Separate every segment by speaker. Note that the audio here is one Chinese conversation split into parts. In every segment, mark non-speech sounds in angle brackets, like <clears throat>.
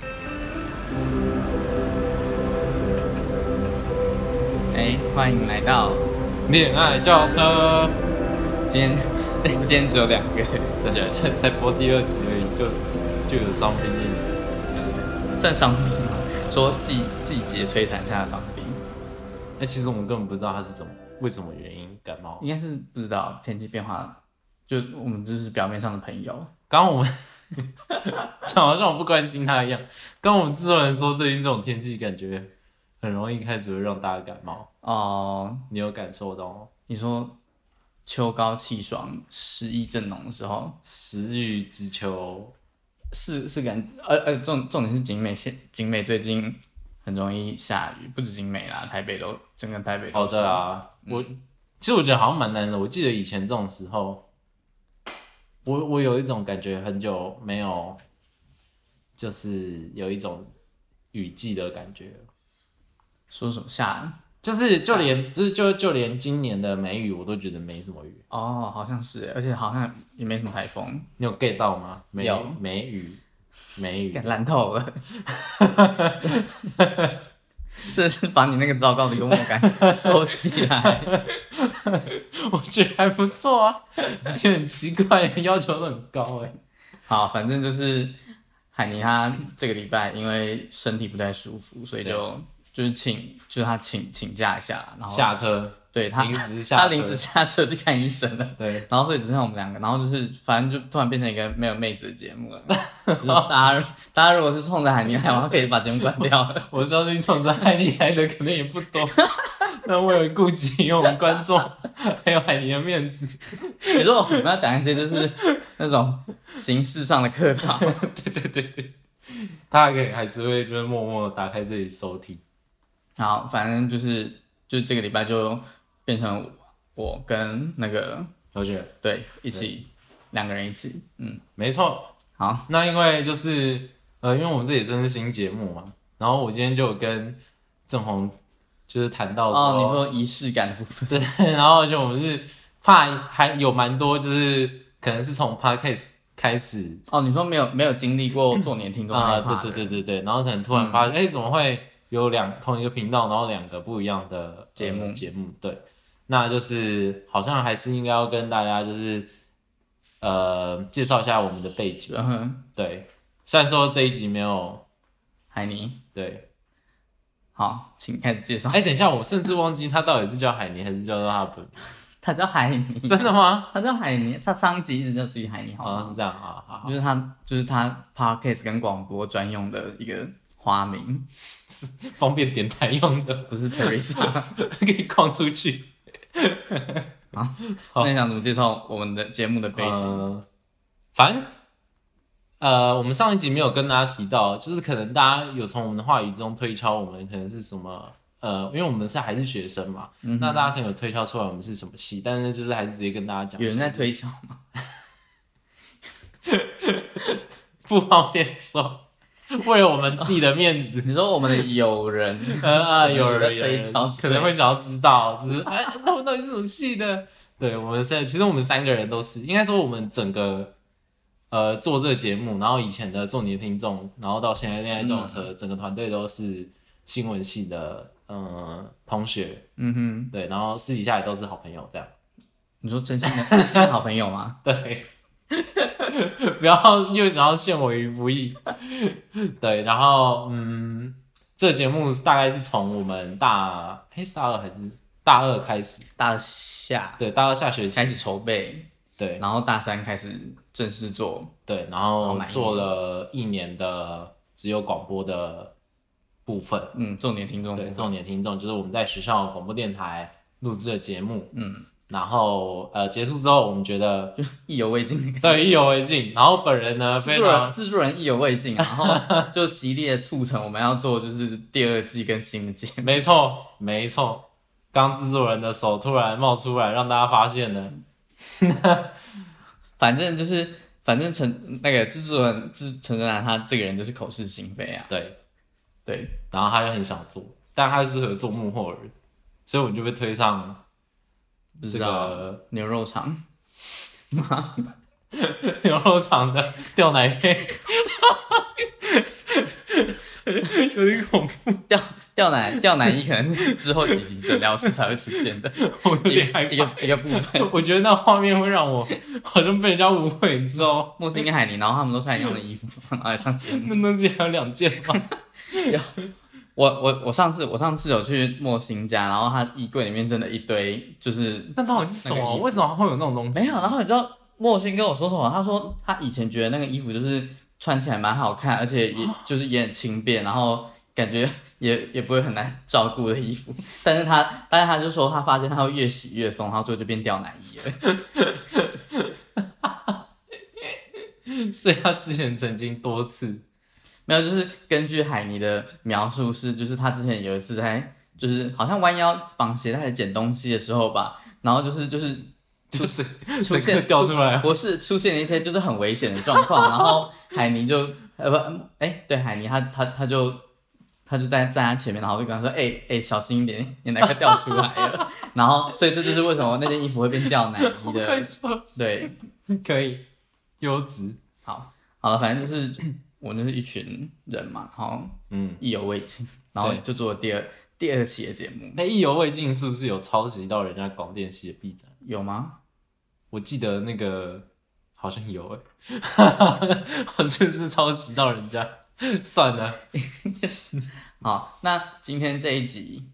Speaker 1: 嗨，哎欢迎来到
Speaker 2: 恋爱轿车，
Speaker 1: 今天，对，今天只有两个，
Speaker 2: 大
Speaker 1: <laughs>
Speaker 2: 家才才播第二集而已，就就有伤兵印。
Speaker 1: 算伤兵吗？说季季节摧残下的伤兵，
Speaker 2: 那、哎其实我们根本不知道他是怎么为什么原因感冒。
Speaker 1: 应该是不知道天气变化，就我们就是表面上的朋友，
Speaker 2: 刚刚我们 <laughs> 讲好像我不关心他一样。刚刚我们制作人说，最近这种天气感觉很容易开始会让大家感冒，
Speaker 1: 哦、
Speaker 2: 你有感受到吗？
Speaker 1: 你说秋高气爽、湿意正浓的时候，
Speaker 2: 食欲之秋，
Speaker 1: 是是感，呃呃，重重点是景美现景美最近很容易下雨，不止景美啦，台北都整个台北
Speaker 2: 好
Speaker 1: 都是。
Speaker 2: 的啊，我其实我觉得好像蛮难的。我记得以前这种时候，我我有一种感觉，很久没有，就是有一种雨季的感觉，
Speaker 1: 说什么下雨？
Speaker 2: 就是
Speaker 1: 啊
Speaker 2: 就连就是就就连今年的梅雨，我都觉得没什么雨。
Speaker 1: 哦，好像是耶，而且好像也没什么台风，
Speaker 2: 你有 get 到吗？梅
Speaker 1: 有
Speaker 2: 梅雨，梅雨
Speaker 1: 干，烂透了， <laughs> 真的是把你那个糟糕的幽默感 <laughs> 收起来。
Speaker 2: <laughs> 我觉得还不错啊。你很奇怪，要求都很高哎。
Speaker 1: 好，反正就是海尼他这个礼拜因为身体不太舒服，所以就就是请就是他请请假一下，然后
Speaker 2: 下车，
Speaker 1: 对啊他
Speaker 2: 临时下车，
Speaker 1: 他临时下车去看医生了。
Speaker 2: 对。
Speaker 1: 然后所以只剩下我们两个，然后就是反正就突然变成一个没有妹子的节目了。就是大家大家如果是冲着海尼来玩，可以把节目关掉了。
Speaker 2: 我相信冲着海尼来的可能也不多， <laughs> 那为了顾及我们观众还有海尼的面子， <laughs>
Speaker 1: 你说我们要讲一些就是那种形式上的客套，
Speaker 2: 大家可以还是会就是默默地打开这里收听。
Speaker 1: 好，反正就是就这个礼拜就变成我跟那个
Speaker 2: 我觉得
Speaker 1: 对一起两个人一起，嗯，
Speaker 2: 没错。
Speaker 1: 好，
Speaker 2: 那因为就是呃，因为我们这也算是新节目嘛，然后我今天就有跟郑红就是谈到说，
Speaker 1: 哦，你说仪式感的部分，
Speaker 2: 对，然后而且我们是怕还有蛮多就是可能是从 podcast 开始
Speaker 1: 哦，你说没有没有经历过做年听众
Speaker 2: 啊、
Speaker 1: 害怕
Speaker 2: 对
Speaker 1: 的嗯
Speaker 2: 对对对对，然后可能突然发现，哎、怎么会有两同一个频道，然后两个不一样的呃
Speaker 1: 节目
Speaker 2: 节目，对，那就是好像还是应该要跟大家就是呃介绍一下我们的背景，
Speaker 1: 然后
Speaker 2: 对，虽然说这一集没有
Speaker 1: 海尼，
Speaker 2: 对，
Speaker 1: 好，请开始介绍 <laughs>
Speaker 2: 哎、，等一下，我甚至忘记他到底是叫海尼还是叫做他本，
Speaker 1: 他叫海尼，
Speaker 2: 真的吗？
Speaker 1: 他叫海尼，他上一集一直叫自己海尼，好
Speaker 2: 好
Speaker 1: 吗？
Speaker 2: 像是这样啊，好好
Speaker 1: 就是他，就是他 podcast 跟广播专用的一个花名，
Speaker 2: 方便点台用的， <laughs>
Speaker 1: 不 <laughs> 是 Teresa。
Speaker 2: 可以逛出去。好
Speaker 1: 那你想怎么介绍我们的节目的背景？
Speaker 2: 呃反正呃，我们上一集没有跟大家提到，就是可能大家有从我们的话语中推敲，我们可能是什么呃，因为我们是还是学生嘛，那大家可能有推敲出来我们是什么系，但是就是还是直接跟大家讲，
Speaker 1: 有人在推敲，
Speaker 2: 不方便说，为了我们自己的面子。
Speaker 1: <laughs> 你说我们的友人，
Speaker 2: <laughs> 呃啊，有
Speaker 1: 有
Speaker 2: 人
Speaker 1: 人在推敲之
Speaker 2: 可
Speaker 1: 类的
Speaker 2: 能会想要知道，就是哎，那我们到底是什么系的？对，我们现在其实我们三个人都是，应该说我们整个呃做这个节目，然后以前的重点听众，然后到现在恋爱撞车，整个团队都是新闻系的嗯、呃同学，
Speaker 1: <laughs> 嗯哼，
Speaker 2: 对，然后私底下也都是好朋友这样。
Speaker 1: 你说真心 <laughs> 的真心的好朋友吗？
Speaker 2: <laughs> 对，不要又想要陷我于不义。对，然后嗯，这个节目大概是从我们大诶是大二还是大二开始，
Speaker 1: 大下
Speaker 2: 对，大二下学期
Speaker 1: 开始筹备，
Speaker 2: 对
Speaker 1: 然后大三开始正式做，
Speaker 2: 对，然
Speaker 1: 好
Speaker 2: 后
Speaker 1: 满意
Speaker 2: 做了一年的只有广播的部分，
Speaker 1: 嗯，重点听众
Speaker 2: 对，
Speaker 1: 部分
Speaker 2: 重点听众就是我们在学校广播电台录制的节目，
Speaker 1: 嗯，
Speaker 2: 然后呃结束之后，我们觉得
Speaker 1: 意犹未尽的感
Speaker 2: 对意犹未尽，然后本人呢
Speaker 1: 觉。
Speaker 2: 非
Speaker 1: 制作人
Speaker 2: 常。
Speaker 1: 制作人意犹未尽，然后就极力的促成我们要做就是第二季跟新的节目。
Speaker 2: <laughs> 没错，没错。刚制作人的手突然冒出来，让大家发现了。
Speaker 1: 反正就是，反正陈那个制作人制陈真南他这个人就是口是心非啊，
Speaker 2: 对，
Speaker 1: 对，
Speaker 2: 然后他就很想做，但他适合做幕后人，所以我就被推上
Speaker 1: 不知
Speaker 2: 这
Speaker 1: 道
Speaker 2: 个
Speaker 1: 牛肉肠， <laughs>
Speaker 2: <laughs> 牛肉厂的吊奶妹。有点恐怖，
Speaker 1: 掉掉奶掉奶衣可能是之后几集诊疗室才会出现的
Speaker 2: 我 <laughs> 有
Speaker 1: 一
Speaker 2: 点害
Speaker 1: 个一
Speaker 2: 怕。
Speaker 1: 个一个部分。
Speaker 2: 我觉得那画面会让我 <laughs> 好像被人家误会，你知道吗？
Speaker 1: 莫斯跟海尼，然后他们都穿一样的衣服，然后来上节
Speaker 2: <laughs>
Speaker 1: 目。
Speaker 2: 那东西还有两件吗？
Speaker 1: 我我我上次我上次有去莫欣家，然后他衣柜里面真的一堆就是
Speaker 2: 那到底是什
Speaker 1: 那个
Speaker 2: 么？
Speaker 1: 衣服
Speaker 2: 为什么会有那种东西？
Speaker 1: 没有。然后你知道莫欣跟我说什么？他说他以前觉得那个衣服就是穿起来蛮好看，而且也就是也很轻便，然后感觉也也不会很难照顾的衣服。但是他但是他就说他发现他会越洗越松，然后最后就变掉奶衣了。
Speaker 2: 所以他之前曾经多次，
Speaker 1: 没有，就是根据海尼的描述是，就是他之前有一次在，就是好像弯腰绑鞋带捡东西的时候吧，然后就是就是
Speaker 2: 就是
Speaker 1: 出
Speaker 2: <laughs> 整个
Speaker 1: 现
Speaker 2: 掉出
Speaker 1: <laughs>
Speaker 2: 来，
Speaker 1: 不是出现了一些就是很危险的状况，然后海尼就呃不嗯哎、对海尼他他他就他就在站在前面，然后就跟他说哎哎、小心一点，你奶快掉出来了，然后所以这就是为什么那件衣服会变掉奶
Speaker 2: <laughs>
Speaker 1: 衣
Speaker 2: 快
Speaker 1: 的，
Speaker 2: 说
Speaker 1: 对，
Speaker 2: 可以优质，
Speaker 1: 好好了，反正就是我就是一群人嘛，然后
Speaker 2: 嗯。
Speaker 1: 意犹未尽，然后
Speaker 2: 对
Speaker 1: 就做了第二第二期的节目，
Speaker 2: 那意犹未尽是不是有抄袭到人家广电系的 B 站？
Speaker 1: 有吗？
Speaker 2: 我记得那个好像有 <laughs> 哎、欸，好像是抄袭到人家。算了，
Speaker 1: 好，那今天这一集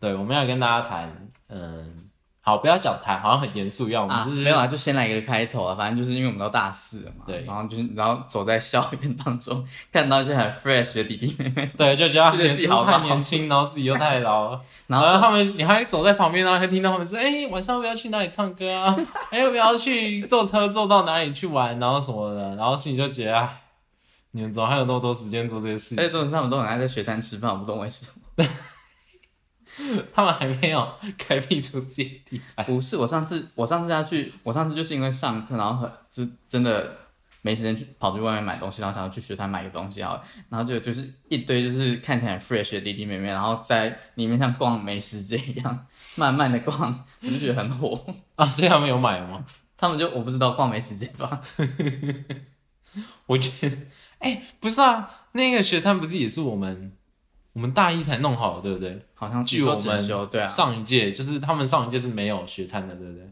Speaker 2: 对，我们要跟大家谈，嗯，好，不要讲谈，好像很严肃一样，我们
Speaker 1: 啊，
Speaker 2: 就是、
Speaker 1: 没有啊，就先来一个开头啊，反正就是因为我们都大四了嘛，
Speaker 2: 对
Speaker 1: 然后就是然后走在校园当中， <laughs> 看到一些很 fresh 的弟弟妹妹，
Speaker 2: 对，就觉得
Speaker 1: 就
Speaker 2: 他
Speaker 1: 觉得
Speaker 2: 们
Speaker 1: 自己
Speaker 2: 是
Speaker 1: 好
Speaker 2: 太
Speaker 1: 老
Speaker 2: 年轻，然后自己又太老了，
Speaker 1: 然
Speaker 2: 然后
Speaker 1: 后
Speaker 2: 他们你还走在旁边，然后还听到他们说，哎、晚上要不要去哪里唱歌
Speaker 1: <laughs>
Speaker 2: 啊？哎、要不要去坐车坐到哪里去玩，然后什么的，然后心里就觉得，哎，你们怎么还有那么多时间做这些
Speaker 1: 就
Speaker 2: 事情
Speaker 1: 而且？重点是他们都很爱在雪山吃饭，我不懂为什么。
Speaker 2: 他们还没有开辟出自己的地盘。
Speaker 1: 不是我上次我上次要去，我上次就是因为上课，然后很真真的没时间去跑去外面买东西，然后想要去雪山买个东西好了，然后就就是一堆就是看起来很 fresh 的弟弟妹妹，然后在里面像逛美食街一样慢慢的逛， <laughs> 我就觉得很火。
Speaker 2: 啊，所以他们有买吗？
Speaker 1: 他们就我不知道逛美食街吧？
Speaker 2: 我觉得，哎、不是啊，那个学餐不是也是我们我们大一才弄好的，对不对？
Speaker 1: 好像
Speaker 2: 据
Speaker 1: 据说
Speaker 2: 我
Speaker 1: 整
Speaker 2: 们
Speaker 1: 修对啊，
Speaker 2: 上一届就是他们上一届是没有学餐的，对不对？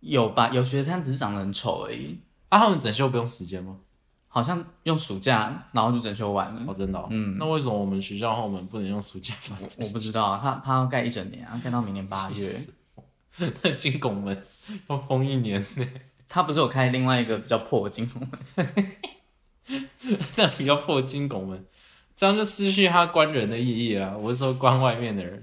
Speaker 1: 有吧？有学生只是长得很丑而已，
Speaker 2: 啊，他们整修不用时间吗？
Speaker 1: 好像用暑假然后就整修完了。
Speaker 2: 哦，真的、哦。
Speaker 1: 嗯，
Speaker 2: 那为什么我们学校后门不能用暑假房？
Speaker 1: 我不知道，他他要盖一整年啊，盖到明年八月。
Speaker 2: <laughs> 那金拱门要封一年， <laughs>
Speaker 1: 他不是有开另外一个比较破的金融吗？ <laughs>
Speaker 2: 那比较破金拱门，这样就失去它关人的意义啊了。我是说关外面的人。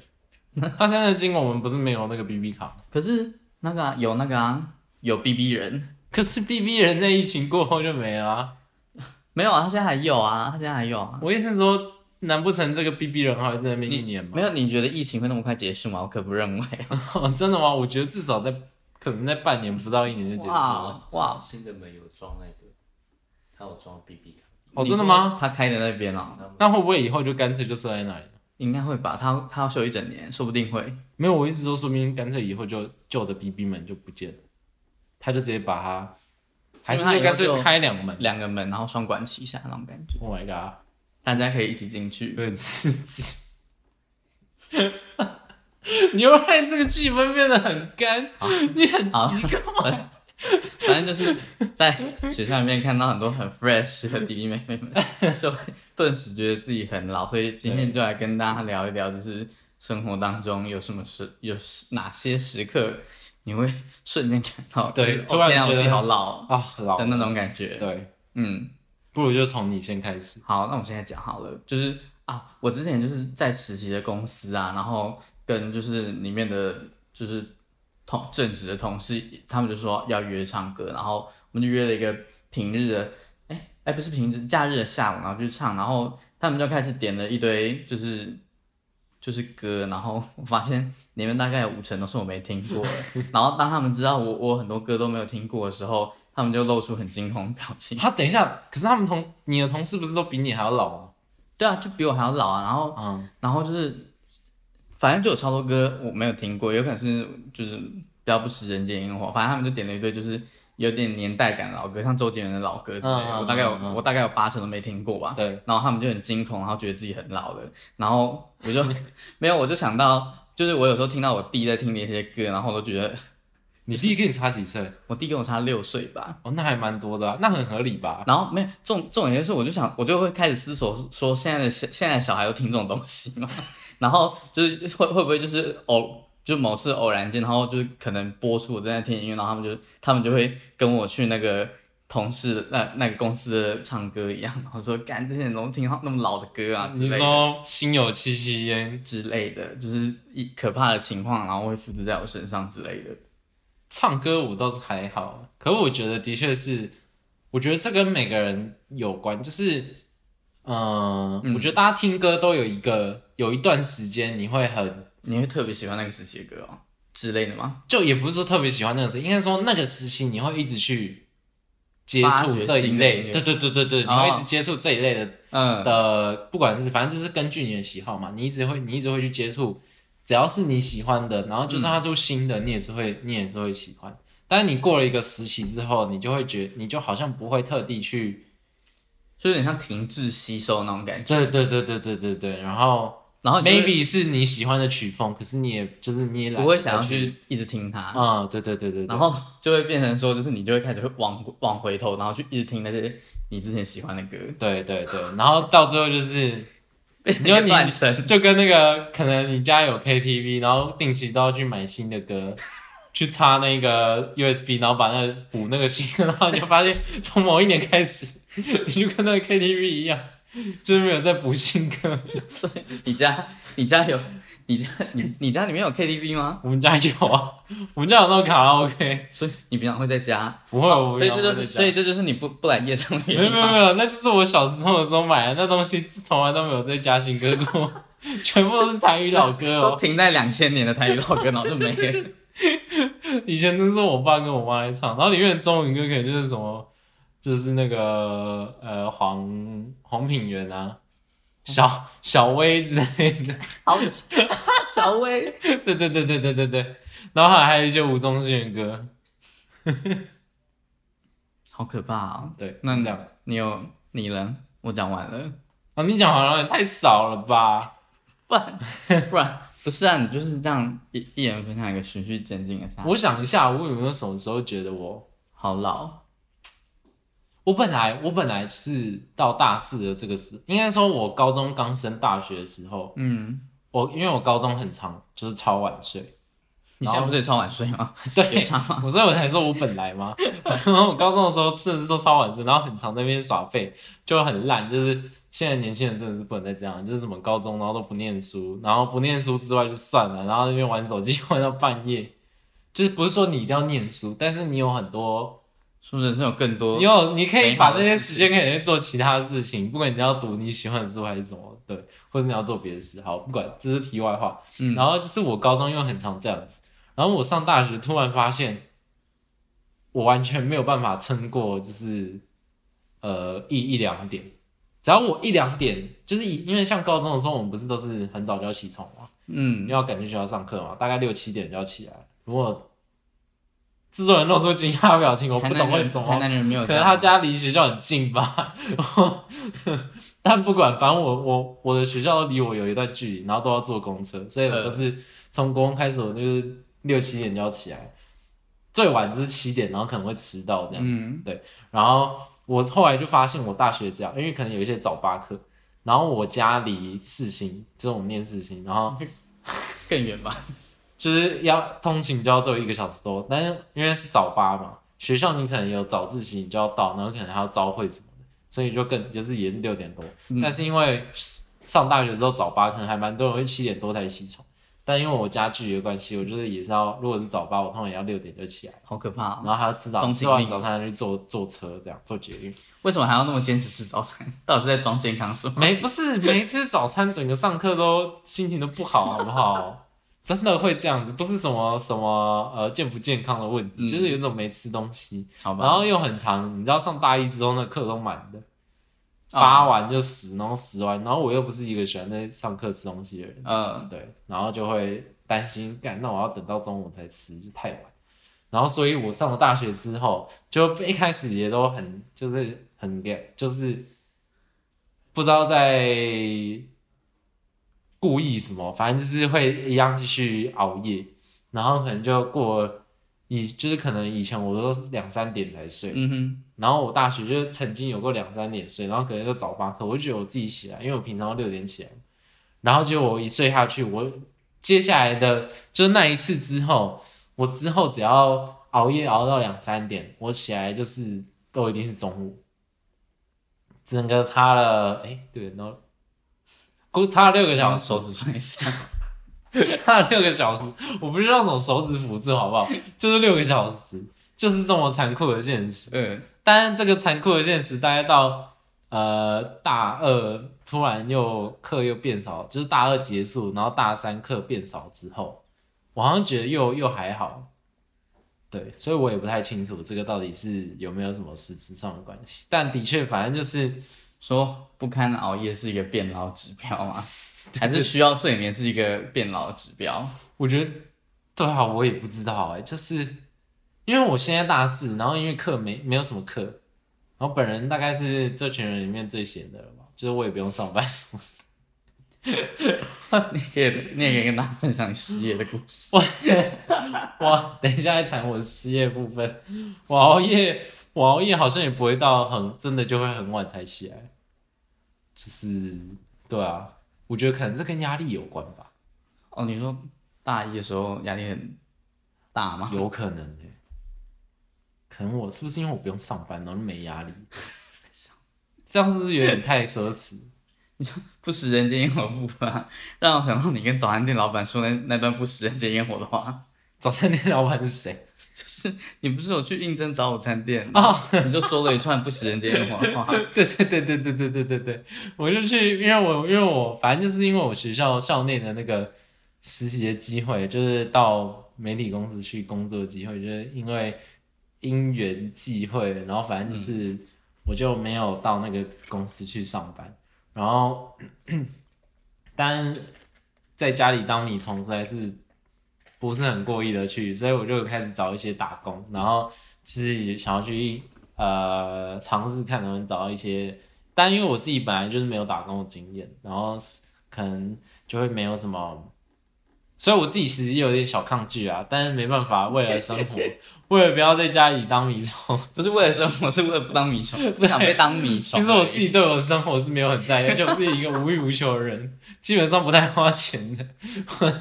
Speaker 2: 他现在的金拱门不是没有那个 BB 卡吗，
Speaker 1: 可是那个、啊、有那个啊，有 BB 人
Speaker 2: 可是 BB 人在疫情过后就没了啊、
Speaker 1: 没有啊？他现在还有啊，他现在还有啊。
Speaker 2: 我意思是说，难不成这个 BB 人还会在那边一年吗？
Speaker 1: 没
Speaker 2: <laughs>
Speaker 1: 有，你觉得疫情会那么快结束吗？我可不认为。
Speaker 2: 有，哦真的吗？我觉得至少在可能在半年不到一年就结束了。
Speaker 1: 哇哇！
Speaker 3: 新的门有装那个，它有装 BB 卡，
Speaker 2: 哦，
Speaker 1: 你
Speaker 2: 真的吗？
Speaker 1: 说他开的那边哦，
Speaker 2: 那会不会以后就干脆就设在那里？
Speaker 1: 应该会吧？他他要修一整年，说不定会。
Speaker 2: 没有，我一直说，说明干脆以后就旧的 BB 门就不见了，他就直接把它，还是
Speaker 1: 因为他
Speaker 2: 就
Speaker 1: 以后
Speaker 2: 干
Speaker 1: 就
Speaker 2: 脆开两门。
Speaker 1: 两个门，然后双管齐下那种感觉，
Speaker 2: Oh my god，
Speaker 1: 大家可以一起进去。
Speaker 2: 有点刺激。 <laughs> 你又让这个气氛变得很干，你很奇怪。
Speaker 1: 反正就是在学校里面看到很多很 fresh 的弟弟妹妹们，就会顿时觉得自己很老。所以今天就来跟大家聊一聊，就是生活当中有什么时，有哪些时刻你会瞬间感到，
Speaker 2: 对
Speaker 1: 就是哦
Speaker 2: 突然
Speaker 1: 天啊
Speaker 2: 觉得
Speaker 1: 我自己好老
Speaker 2: 啊，老
Speaker 1: 的那种感觉。
Speaker 2: 对，
Speaker 1: 嗯，
Speaker 2: 不如就从你先开始。
Speaker 1: 好，那我现在讲好了，就是啊，我之前就是在实习的公司啊，然后跟就是里面的就是同正职的同事，他们就说要约唱歌，然后我们就约了一个平日的，哎、哎、不是平日，假日的下午，然后去唱，然后他们就开始点了一堆就是。就是歌，然后我发现里面大概有五成都是我没听过的。然后当他们知道我我很多歌都没有听过的时候，他们就露出很惊恐的表情。
Speaker 2: 他等一下，可是他们同你的同事不是都比你还要老吗？
Speaker 1: 对啊，就比我还要老啊。然后
Speaker 2: 嗯，
Speaker 1: 然后就是，反正就有超多歌我没有听过，有可能是就是比较不食人间烟火。反正他们就点了一堆就是有点年代感的老歌，像周杰伦的老歌之类
Speaker 2: 嗯嗯
Speaker 1: 的，我大概有
Speaker 2: 嗯嗯
Speaker 1: 我大概有八成都没听过吧。
Speaker 2: 对，
Speaker 1: 然后他们就很惊恐，然后觉得自己很老了，然后我
Speaker 2: <laughs>
Speaker 1: 就没有，我就想到，就是我有时候听到我弟在听那些歌，然后我都觉得 <laughs>
Speaker 2: 你弟跟你差几岁？
Speaker 1: 我弟跟我差六岁吧，
Speaker 2: 哦，那还蛮多的、啊，那很合理吧？
Speaker 1: 然后没有重重点就是，我就想，我就会开始思索说说现在的小现在的小孩都听这种东西嘛？ <laughs> 然后就是会会不会就是偶就某次偶然间，然后就是可能播出我正在听音乐，然后他们就他们就会跟我去那个同事那那个公司的唱歌一样，然后说干这些人都听那么老的歌啊之
Speaker 2: 你
Speaker 1: 类的
Speaker 2: 说心有戚戚焉，
Speaker 1: 之类的，就是一可怕的情况，然后会复制在我身上之类的。
Speaker 2: 唱歌我倒是还好，可我觉得的确是，我觉得这跟每个人有关，就是，嗯，
Speaker 1: 嗯
Speaker 2: 我觉得大家听歌都有一个有一段时间你会很，
Speaker 1: 你会特别喜欢那个时期的歌哦之类的吗？
Speaker 2: 就也不是说特别喜欢那个时期，应该说那个时期你会一直去接
Speaker 1: 发
Speaker 2: 触
Speaker 1: 掘
Speaker 2: 这一
Speaker 1: 新的音
Speaker 2: 类，
Speaker 1: 乐
Speaker 2: 对对对对对，你
Speaker 1: 哦
Speaker 2: 会一直接触这一类的
Speaker 1: 嗯，
Speaker 2: 的，呃不管是反正就是根据你的喜好嘛，你一直会你一直会去接触，只要是你喜欢的，然后
Speaker 1: 嗯
Speaker 2: 就算它出新的，你也是会你也是会喜欢。但是你过了一个时期之后，你就会觉你就好像不会特地去，
Speaker 1: 就有点像停滞吸收那种感觉。
Speaker 2: 对对对对对对对，然后
Speaker 1: 然后你就会
Speaker 2: maybe 是你喜欢的曲风，可是你也就是你也懒得
Speaker 1: 不会想要
Speaker 2: 再，
Speaker 1: 去一直听它，
Speaker 2: 嗯，对对对对对，
Speaker 1: 然后就会变成说，就是你就会开始会往往回头，然后去一直听那些你之前喜欢的
Speaker 2: <laughs>
Speaker 1: 歌，
Speaker 2: 对对对，然后到最后就是。
Speaker 1: 被
Speaker 2: 你说你
Speaker 1: 乱成。
Speaker 2: 就跟那个可能你家有 KTV，然后定期都要去买新的歌， <laughs> 去插那个 USB，然后把那个补那个新的，然后你就发现从某一年开始，你就跟那个 KTV 一样，就是没有在补新歌。 <laughs>
Speaker 1: 你家你家有你家你你家里面有 KTV 吗？
Speaker 2: 我们家有啊，我们家有那种卡拉 OK，
Speaker 1: 所以你平常会在家，
Speaker 2: 不哦会，我
Speaker 1: 哦所以这就是所以
Speaker 2: 以
Speaker 1: 这就是你不不来夜唱的
Speaker 2: 没
Speaker 1: 原
Speaker 2: 有
Speaker 1: 因
Speaker 2: 没有
Speaker 1: 吗
Speaker 2: 没有，那就是我小时候的时候买的那东西，从来都没有在加新歌过， <laughs> 全部都是台语老歌
Speaker 1: 都
Speaker 2: 哦。
Speaker 1: 停在两千年的台语老歌，然后就没
Speaker 2: <laughs>
Speaker 1: 了。
Speaker 2: 以前都是我爸跟我妈在唱，然后里面的中文歌可能就是什么，就是那个呃黄黄品源啊，小小薇之类的， <laughs>
Speaker 1: 好，小薇，
Speaker 2: 对对对对对对对，然后还有一些吴宗宪的歌，
Speaker 1: 好可怕啊！
Speaker 2: 对，
Speaker 1: 那
Speaker 2: 就这样
Speaker 1: 你有你呢？我讲完了。
Speaker 2: 啊，你讲好像也太少了
Speaker 1: <laughs>
Speaker 2: 吧？
Speaker 1: 不然不然不是啊，你就是这样一一人分享一个循序渐进的下，
Speaker 2: 我想一下，我有没有什么时候觉得我，
Speaker 1: 好老，哦
Speaker 2: 我本来我本来是到大四的这个时，应该说我高中刚升大学的时候，
Speaker 1: 嗯，
Speaker 2: 我因为我高中很长，就是超晚睡，
Speaker 1: 你现在不是也超晚睡吗？ <laughs>
Speaker 2: 对，
Speaker 1: 有差吗？
Speaker 2: 我所以我才说我本来嘛，然后我高中的时候真的是都超晚睡，然后很常在那边耍废，就很烂。就是现在年轻人真的是不能再这样，就是什么高中然后都不念书，然后不念书之外就算了，然后那边玩手机玩到半夜。就是不是说你一定要念书，但是你有很多，
Speaker 1: 是不是有更多
Speaker 2: 你？有你可以
Speaker 1: 美好
Speaker 2: 把
Speaker 1: 的
Speaker 2: 那些
Speaker 1: 事
Speaker 2: 时间可以去做其他的事情，不管你要读你喜欢的书还是什么，对，或者你要做别的事，好，不管，这是题外话。
Speaker 1: 嗯，
Speaker 2: 然后就是我高中又很常这样子，然后我上大学突然发现，我完全没有办法撑过，就是呃一一两点，只要我一两点，就是以因为像高中的时候，我们不是都是很早就要起床嘛，因
Speaker 1: 嗯
Speaker 2: 为，要赶去学校上课嘛，大概六七点就要起来。如果制作人露出惊讶的表情，我不
Speaker 1: 台南
Speaker 2: 懂为
Speaker 1: 人
Speaker 2: 什
Speaker 1: 台
Speaker 2: 么。
Speaker 1: 南人没有
Speaker 2: 可
Speaker 1: 这
Speaker 2: 能
Speaker 1: 样，
Speaker 2: 他家离学校很近吧，但不管，反正我我我的学校离我有一段距离，然后都要坐公车，所以我
Speaker 1: 呃
Speaker 2: 都是从国中开始，我就是六七点就要起来，最晚就是七点，然后可能会迟到这样子。
Speaker 1: 嗯
Speaker 2: 然后我后来就发现，我大学这样，因为可能有一些早八课，然后我家离世新，就是我们念世新，然后
Speaker 1: 更远吧？
Speaker 2: 就是要通勤就要走一个小时多，但是因为是早八嘛，学校你可能有早自习，你就要到，然后可能还要招会什么的，所以就更就是也是六点多。
Speaker 1: 嗯
Speaker 2: 但是因为上大学之后早八，可能还蛮多人会七点多才起床，但因为我家距离的关系，我就是也是要，如果是早八，我通常也要六点就起来，
Speaker 1: 好可怕哦！
Speaker 2: 然后还要吃早
Speaker 1: 通勤
Speaker 2: 吃完
Speaker 1: 命
Speaker 2: 早餐再去坐坐车这样坐捷运。
Speaker 1: 为什么还要那么坚持吃早餐？ <laughs> 到底是在装健康 <laughs> 是吗？
Speaker 2: 没不是没吃早餐，整个上课都心情都不好，好不好？ <laughs> 真的会这样子，不是什么什么呃健不健康的问题，
Speaker 1: 嗯
Speaker 2: 就是有一种没吃东西，
Speaker 1: 好
Speaker 2: 然
Speaker 1: 吧，
Speaker 2: 后又很长。你知道上大一之后那课都满的，
Speaker 1: 哦
Speaker 2: 八完就十，然后十完，然后我又不是一个喜欢在上课吃东西的人，
Speaker 1: 呃，
Speaker 2: 对，然后就会担心，干，那我要等到中午才吃，就太晚。然后所以我上了大学之后，就一开始也都很就是很就是不知道在故意什么，反正就是会一样继续熬夜，然后可能就过了以就是可能以前我都两三点才睡，
Speaker 1: 嗯哼，
Speaker 2: 然后我大学就曾经有过两三点睡，然后可能就早八课，我就觉得我自己起来，因为我平常六点起来，然后结果我一睡下去，我接下来的就是那一次之后，我之后只要熬夜熬到两三点，我起来就是都一定是中午，整个差了哎六点到，估差了六个
Speaker 1: 然
Speaker 2: 小
Speaker 1: 后
Speaker 2: 时，
Speaker 1: 手
Speaker 2: <laughs>
Speaker 1: 指算一下，
Speaker 2: 差了六个小时，我不是那种手指辅助好不好？就是六个小时，就是这么残酷的现实。
Speaker 1: 嗯，
Speaker 2: 当然，这个残酷的现实，大概到呃大二突然又课又变少，就是大二结束，然后大三课变少之后，我好像觉得又又还好，对，所以我也不太清楚这个到底是有没有什么实质上的关系，但的确，反正就是
Speaker 1: 说不堪熬夜是一个变老指标吗？还是需要睡眠是一个变老的指标？ <laughs>
Speaker 2: 我觉得对啊，我也不知道哎、就是因为我现在大四，然后因为课没没有什么课，然后本人大概是这群人里面最闲的了吧，就是我也不用上班什么的
Speaker 1: 你可以，你也可以跟大家分享你失业的故事。
Speaker 2: 哇，等一下再谈我失业部分。 <laughs> 我熬夜，我熬夜好像也不会到很真的就会很晚才起来，就是对啊，我觉得可能这跟压力有关吧，
Speaker 1: 哦，你说大一的时候压力很大吗？
Speaker 2: 有可能、欸、可能我是不是因为我不用上班，然后就没压力？这样是不是有点太奢侈？
Speaker 1: 不食人间烟火部分、啊， <laughs> 让我想到你跟早餐店老板说那那段不食人间烟火的话， <laughs>
Speaker 2: 早餐店老板是谁？
Speaker 1: 就是你不是有去应征早午餐店
Speaker 2: 哦，
Speaker 1: <laughs> 你就说了一串不食人间烟火的话， <laughs>
Speaker 2: <laughs> 对对对对对对对对对，我就去，因为我因为我反正就是因为我学校校内的那个实习的机会，就是到媒体公司去工作的机会，就是因为因缘际会，然后反正就是我就没有到那个公司去上班，然后 <clears throat> 但在家里当米虫实在是不是很过意的去，所以我就开始找一些打工，然后自己想要去呃尝试看能不能找到一些，但因为我自己本来就是没有打工的经验，然后是可能就会没有什么，所以我自己其实有点小抗拒啊，但是没办法，为了生活， <laughs> 为了不要在家里当米虫，
Speaker 1: 不是为了生活，是为了不当米虫， <laughs> 不想被当米虫而
Speaker 2: 其
Speaker 1: 已。
Speaker 2: 实我自己对我的生活是没有很在意，而且我是一个无欲无求的人，基本上不太花钱的。 <laughs>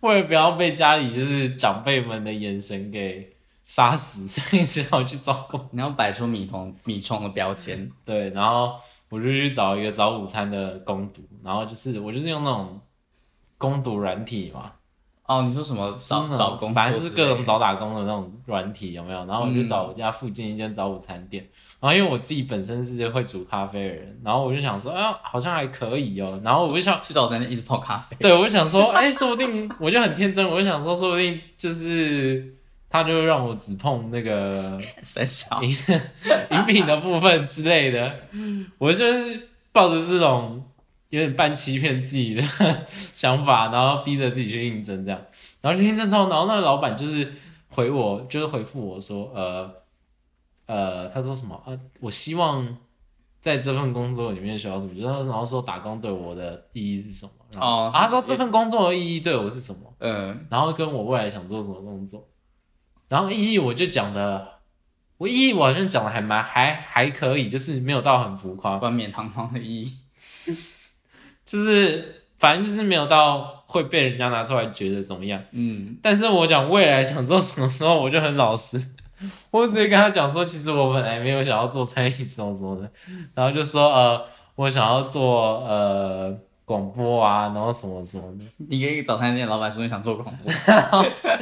Speaker 2: 为了不要被家里就是长辈们的眼神给杀死，所以只好去找工。
Speaker 1: 你要摆出米虫米虫的标签，
Speaker 2: 对，然后我就去找一个早午餐的攻读，然后就是我就是用那种攻读软体嘛，
Speaker 1: 哦，你说什么
Speaker 2: 就是
Speaker 1: 找
Speaker 2: 那种
Speaker 1: 找工作之类的，
Speaker 2: 反正就是各种找打工的那种软体有没有？然后我就找我家附近一间早午餐店，然后因为我自己本身是会煮咖啡的人，然后我就想说，啊，好像还可以哦、然后我就想，
Speaker 1: 去早餐店一直泡咖啡，
Speaker 2: 对我就想说，哎、说不定我就很天真，我就想说，说不定就是他就让我只碰那个
Speaker 1: 三小
Speaker 2: 饮 <laughs> 饮品的部分之类的，我就是抱着这种有点半欺骗自己的 <laughs> 想法，然后逼着自己去应征这样，然后去应征之后，然后那个老板就是回我，就是回复我说，呃呃，他说什么？呃，我希望在这份工作里面学到什么，就是然后说打工对我的意义是什么，然后、
Speaker 1: 哦
Speaker 2: 啊他说这份工作的意义对我是什么，
Speaker 1: 呃，
Speaker 2: 然后跟我未来想做什么工作，然后意义我就讲的，我意义我好像讲的还蛮还还可以，就是没有到很浮夸，
Speaker 1: 冠冕堂皇的意义，
Speaker 2: 就是反正就是没有到会被人家拿出来觉得怎么样。
Speaker 1: 嗯，
Speaker 2: 但是我讲未来想做什么时候，我就很老实， <laughs> 我直接跟他讲说，其实我本来没有想要做餐饮这种什么的，然后就说呃，我想要做呃广播啊，然后什么什么的，
Speaker 1: 你给早餐店老板说你想做广播，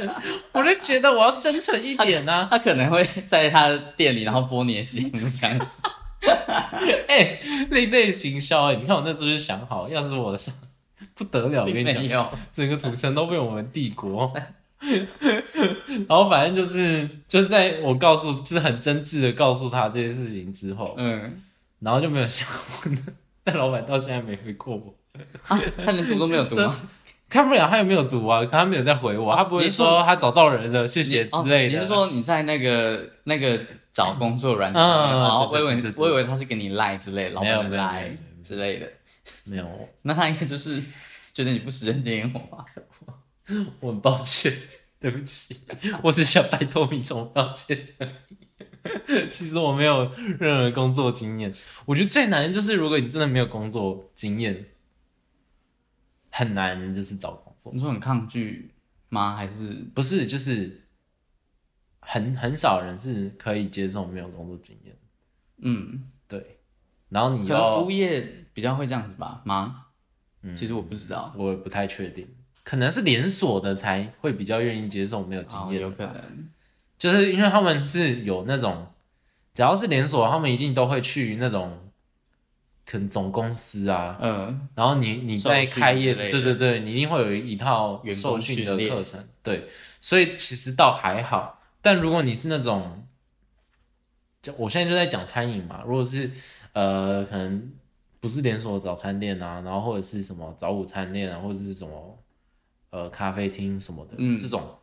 Speaker 1: <laughs>
Speaker 2: 我就觉得我要真诚一点啊。
Speaker 1: 他可能会在他的店里，然后播你的节目这样子，
Speaker 2: <laughs> 哎、另类行销、欸，你看我那时候就想好，要是我上不得了，我跟
Speaker 1: 并
Speaker 2: 你讲
Speaker 1: 没，有，
Speaker 2: 整个土城都被我们帝国。 <laughs> 然后反正就是，就在我告诉，就是很真挚的告诉他这些事情之后，
Speaker 1: 嗯，
Speaker 2: 然后就没有下文了。但老板到现在没回过我， <laughs>
Speaker 1: 啊，他连读都没有读吗？
Speaker 2: 看不了他有没有读啊，他没有在回我，他不会
Speaker 1: 你是说
Speaker 2: 说他找到人了，谢谢之
Speaker 1: 哦
Speaker 2: 类
Speaker 1: 你
Speaker 2: 的。
Speaker 1: 是说你在那个那个找工作软件
Speaker 2: 嗯
Speaker 1: 上面，然后我
Speaker 2: 对
Speaker 1: 以
Speaker 2: 对
Speaker 1: 为
Speaker 2: 对对对
Speaker 1: 我以为他是给你赖之类的，老
Speaker 2: 没有
Speaker 1: 板
Speaker 2: 没有
Speaker 1: 赖
Speaker 2: 没有
Speaker 1: 之类的，
Speaker 2: 没有？
Speaker 1: 那他应该就是觉得你不食人间烟火吧？
Speaker 2: 我很抱歉，对不起，我只想拜托米虫道歉。 <laughs> 其实我没有任何工作经验，我觉得最难的就是如果你真的没有工作经验，很难就是找工作。
Speaker 1: <laughs> 你说很抗拒吗？还是
Speaker 2: 不是，就是很很少人是可以接受没有工作经验，
Speaker 1: 嗯，
Speaker 2: 对。然后你
Speaker 1: 可能服
Speaker 2: 要
Speaker 1: 务，业比较会这样子吧？吗？
Speaker 2: 嗯
Speaker 1: 其实我不知道，
Speaker 2: 我也不太确定，可能是连锁的才会比较愿意接受没有经
Speaker 1: 哦，
Speaker 2: 验的吧、
Speaker 1: 有可能，
Speaker 2: 就是因为他们是有那种，只要是连锁，他们一定都会去那种，可能总公司啊，
Speaker 1: 呃，
Speaker 2: 然后你你在
Speaker 1: 受训
Speaker 2: 开业，
Speaker 1: 之类的
Speaker 2: 对对对，你一定会有一套
Speaker 1: 员
Speaker 2: 受
Speaker 1: 工
Speaker 2: 训
Speaker 1: 训
Speaker 2: 的
Speaker 1: 练
Speaker 2: 课程，对，所以其实倒还好，但如果你是那种，就我现在就在讲餐饮嘛，如果是呃可能不是连锁早餐店啊，然后或者是什么早午餐店啊，或者是什么呃咖啡厅什么的、
Speaker 1: 嗯
Speaker 2: 这种。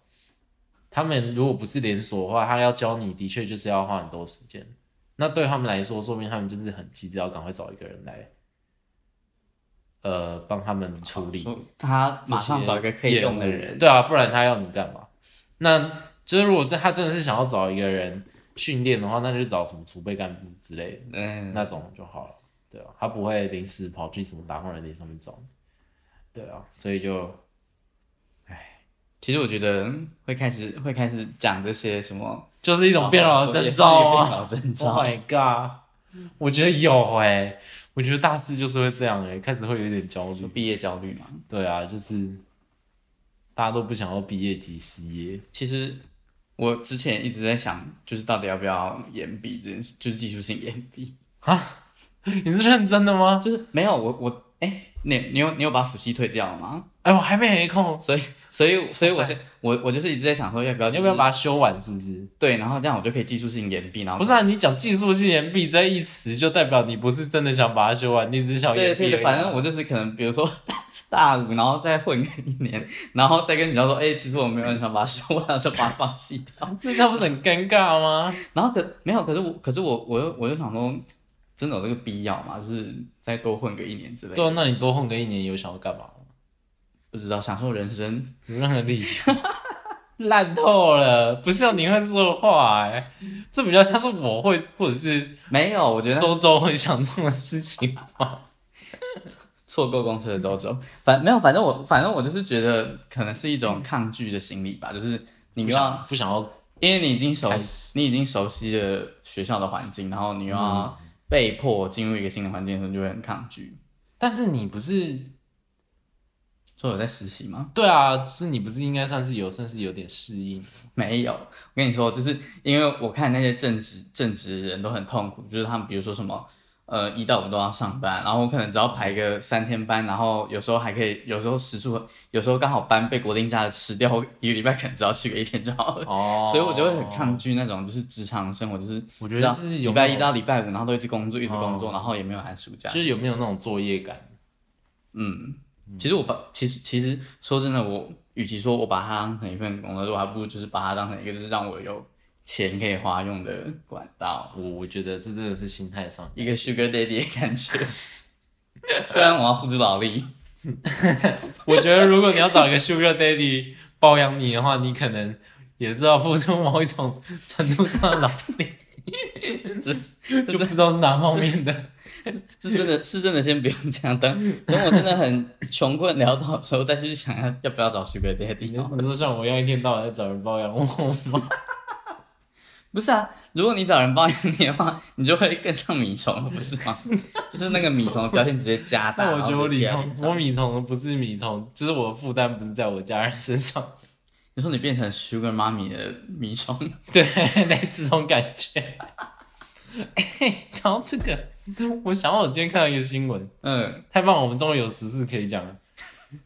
Speaker 2: 他们如果不是连锁的话，他要教你的确就是要花很多时间。那对他们来说，说明他们就是很急着要赶快找一个人来，呃，帮他们处理。
Speaker 1: 哦说他马上找一个可以用的人，
Speaker 2: 对啊，不然他要你干嘛？那就是如果这他真的是想要找一个人训练的话，那就找什么储备干部之类的
Speaker 1: 嗯，
Speaker 2: 那种就好了，对啊，他不会临时跑去什么打工人脸上面找你，对啊，所以就
Speaker 1: 其实我觉得会开始会开始讲这些什么
Speaker 2: 就是一
Speaker 1: 一
Speaker 2: 种变老的征兆啊
Speaker 1: 变。老征
Speaker 2: Oh
Speaker 1: 兆。
Speaker 2: my god！我觉得有哎、我觉得大四就是会这样哎、开始会有点焦
Speaker 1: 就
Speaker 2: 虑。
Speaker 1: 毕业焦虑嘛，
Speaker 2: 对啊，就是大家都不想要毕业即失业。 <laughs>
Speaker 1: 其实我之前一直在想，就是到底要不要延毕这件事，就是技术性延毕，
Speaker 2: 你是认真的吗？
Speaker 1: 就是没有我我哎、你你有你有把辅系退掉了吗？
Speaker 2: 哎，我还没没空，
Speaker 1: 所以所以所以我
Speaker 2: 哇塞
Speaker 1: 是我我就是一直在想说要不要、
Speaker 2: 你要不要把它修完？是不是？
Speaker 1: 对，然后这样我就可以技术性延毕，然后
Speaker 2: 不是啊，你讲技术性延毕这一词，就代表你不是真的想把它修完，你只是想
Speaker 1: 对
Speaker 2: 延毕
Speaker 1: 对
Speaker 2: 而
Speaker 1: 对，
Speaker 2: 已。
Speaker 1: 反正我就是可能，比如说大大五，然后再混个一年，然后再跟学校说，哎、其实我没有很想把它修完，就把它放弃掉。
Speaker 2: 那那不是很尴
Speaker 1: <laughs>
Speaker 2: 尬吗？
Speaker 1: 然后可没有，可是我，可是我，我又我又想说，真的有这个必要吗？就是再多混个一年之类
Speaker 2: 对
Speaker 1: 的，
Speaker 2: 啊，那你多混个一年有想要干嘛吗？
Speaker 1: 不知道享受人生。
Speaker 2: 有任何
Speaker 1: <laughs>
Speaker 2: 理由，烂透了，不像你会说的话哎、这比较像是我会或者是
Speaker 1: 没有，我觉得
Speaker 2: 周周会想做的事情吧。
Speaker 1: 错过公车的周周，反没有，反正我反正我就是觉得可能是一种抗拒的心理吧，就是你
Speaker 2: 不
Speaker 1: 又要，
Speaker 2: 想不想要
Speaker 1: 因为你已经熟
Speaker 2: 开
Speaker 1: 悉，你已经熟悉了学校的环境，然后你又要
Speaker 2: 嗯
Speaker 1: 被迫进入一个新的环境的时候，你就会很抗拒。
Speaker 2: 但是你不是
Speaker 1: 说我在实习吗？
Speaker 2: 对啊，就是你不是应该算是有算是有点适应，
Speaker 1: 没有，我跟你说，就是因为我看那些正职正职人都很痛苦，就是他们比如说什么，呃，一到五都要上班，然后我可能只要排个三天班，然后有时候还可以，有时候时数，有时候刚好班被国定假日吃掉，我一个礼拜可能只要去个一天就好了，
Speaker 2: 哦
Speaker 1: <laughs> 所以我就会很抗。拒那种就是职场生活，就是
Speaker 2: 我觉得是
Speaker 1: 礼
Speaker 2: 有
Speaker 1: 拜
Speaker 2: 没
Speaker 1: 一
Speaker 2: 有
Speaker 1: 到礼拜五，然后都一直工作，一直工作，
Speaker 2: 哦
Speaker 1: 然后也没有寒暑假
Speaker 2: 就。是有没有那种作业感？
Speaker 1: 嗯，其实我把其实其实说真的，我与其说我把它当成一份工作，我还不如就是把它当成一个就是让我有钱可以花用的管道，
Speaker 2: 我我觉得这真的是心态上，
Speaker 1: 一个 sugar daddy 的感觉。 <laughs> 虽然我要付出劳力，
Speaker 2: 我觉得如果你要找一个 sugar daddy 包养你的话，你可能也是要付出某一种程度上的劳
Speaker 1: <laughs>
Speaker 2: 力，就不知道是哪方面的。
Speaker 1: 是真的是真的，先不用这样。等等，我真的很穷困潦倒的时候，再去想要要不要找 sugar
Speaker 2: 你
Speaker 1: daddy 哦。
Speaker 2: 你说像我一样一天到晚在找人包养我吗？
Speaker 1: 不是啊，如果你找人包养你的话，你就会更像米虫了，不是吗？ <laughs> 就是那个米虫的标签直接加大。
Speaker 2: <laughs> 但我觉得我米
Speaker 1: 然后直接贴在
Speaker 2: 虫
Speaker 1: 脸，上
Speaker 2: 我米虫不是米虫，就是我的负担不是在我家人身上，
Speaker 1: 你说你变成 Sugar Mommy 的迷虫，
Speaker 2: <laughs> 对，类似这种感觉。 <laughs> 哎，讲到这个，我想到我今天看到一个新闻，
Speaker 1: 嗯，
Speaker 2: 太棒了，我们终于有时事可以讲了，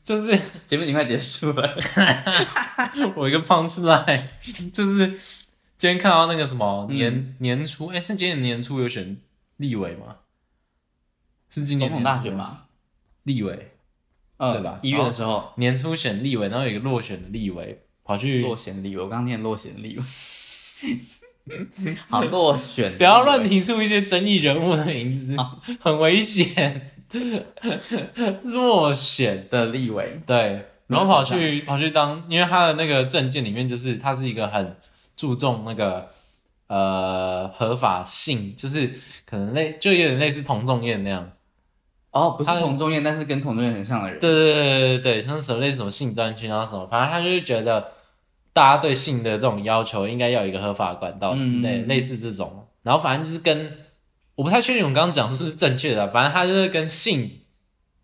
Speaker 2: 就是。
Speaker 1: 节目已经快结束了，
Speaker 2: 我一个胖师奶，就是今天看到那个什么
Speaker 1: 嗯
Speaker 2: 年、年初，哎、是今年年初有选立委吗？是今
Speaker 1: <laughs>
Speaker 2: 年
Speaker 1: 总统大选
Speaker 2: 年初吗？
Speaker 1: 吧？
Speaker 2: 立委
Speaker 1: 嗯，
Speaker 2: 对吧
Speaker 1: 一月的时候，
Speaker 2: 年初选立委，然后有一个落选的立委跑去，
Speaker 1: 落选立委，我刚念落选立委。好，落选立委，啊
Speaker 2: 不要乱提出一些争议人物的名字，很危险。 <laughs> 落选，
Speaker 1: 的立委，
Speaker 2: 对，然后跑去跑去当，因为他的那个证件里面就是他是一个很注重那个呃合法性，就是可能类就有点类似童仲彦那样，
Speaker 1: 哦，不是
Speaker 2: 他
Speaker 1: 同中院，但是跟同中院很像的人，
Speaker 2: 对对对对对，像什么类似什么性专区，然后什么，反正他就是觉得大家对性的这种要求应该要有一个合法管道之类，
Speaker 1: 嗯
Speaker 2: 类似这种。然后反正就是跟我不太确定我刚刚讲的是不是正确的啊，反正他就是跟性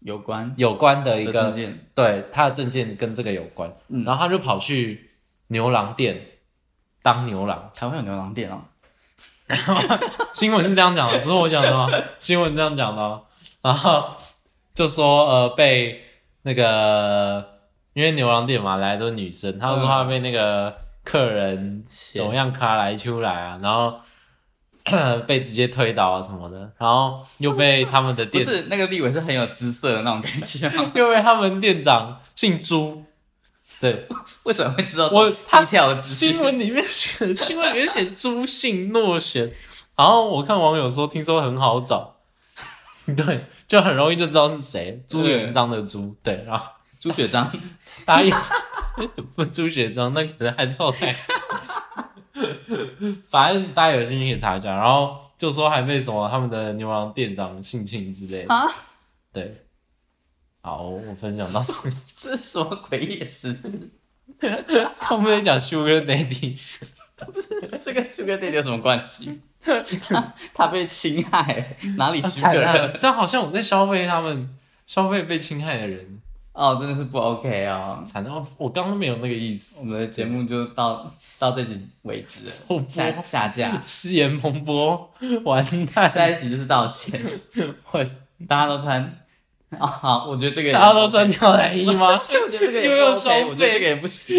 Speaker 1: 有关
Speaker 2: 有关的一
Speaker 1: 的
Speaker 2: 个
Speaker 1: 证件，
Speaker 2: 对，他的证件跟这个有关，
Speaker 1: 嗯
Speaker 2: 然后他就跑去牛郎店当牛郎。
Speaker 1: 才会有牛郎店哦。
Speaker 2: 新闻是这样讲的，不是我讲
Speaker 1: <laughs>
Speaker 2: 的吗？新闻这样讲的哦，然后就说呃被那个因为牛郎店嘛来的都是女生，他就说他被那个客人怎么样卡来出来啊，然后 <coughs> 被直接推倒啊什么的，然后又被他们的
Speaker 1: 不
Speaker 2: 店
Speaker 1: 是那个立委是很有姿色的那种感觉吗？ <laughs>
Speaker 2: 又被他们店长姓朱，对，
Speaker 1: 为什么会知道这
Speaker 2: 我
Speaker 1: 种低调的知识
Speaker 2: 新？闻里面写，新闻里面写朱姓落选，然后我看网友说，听说很好找， <laughs> 对，就很容易就知道是谁，朱元璋的朱，对，然后
Speaker 1: 朱雪章，
Speaker 2: 大家有 <laughs> 不朱元璋，那可能还臭菜， <laughs> 反正大家有兴趣可以查一下，然后就说还被什么他们的牛郎店长性侵之类的，
Speaker 1: 啊
Speaker 2: 对，好，我分享到这里，
Speaker 1: <laughs> 这是什么诡异的事实？
Speaker 2: 他们在讲 Sugar Daddy，
Speaker 1: <laughs> 这跟 Sugar Daddy 有什么关系？ <laughs> 他他被侵害，哪里
Speaker 2: 啊惨
Speaker 1: Sugar？
Speaker 2: <laughs> 了，这样好像我在消费他们，消费被侵害的人。
Speaker 1: 哦，真的是不 OK 哦。
Speaker 2: 惨了，我刚刚没有那个意思，
Speaker 1: 我们的节目就到到这集为止了，
Speaker 2: <laughs> 后
Speaker 1: 下
Speaker 2: 播
Speaker 1: 下架，
Speaker 2: 失言蓬勃，完蛋，
Speaker 1: 下一集就是道歉，
Speaker 2: <laughs> 完
Speaker 1: 大家都穿啊、好，我觉得这个也
Speaker 2: 大家都穿吊带衣 <laughs> 吗？
Speaker 1: 所以我觉得这个也
Speaker 2: 又
Speaker 1: 不
Speaker 2: 要
Speaker 1: OK，
Speaker 2: 收
Speaker 1: 我觉得
Speaker 2: 费
Speaker 1: 这个也不行，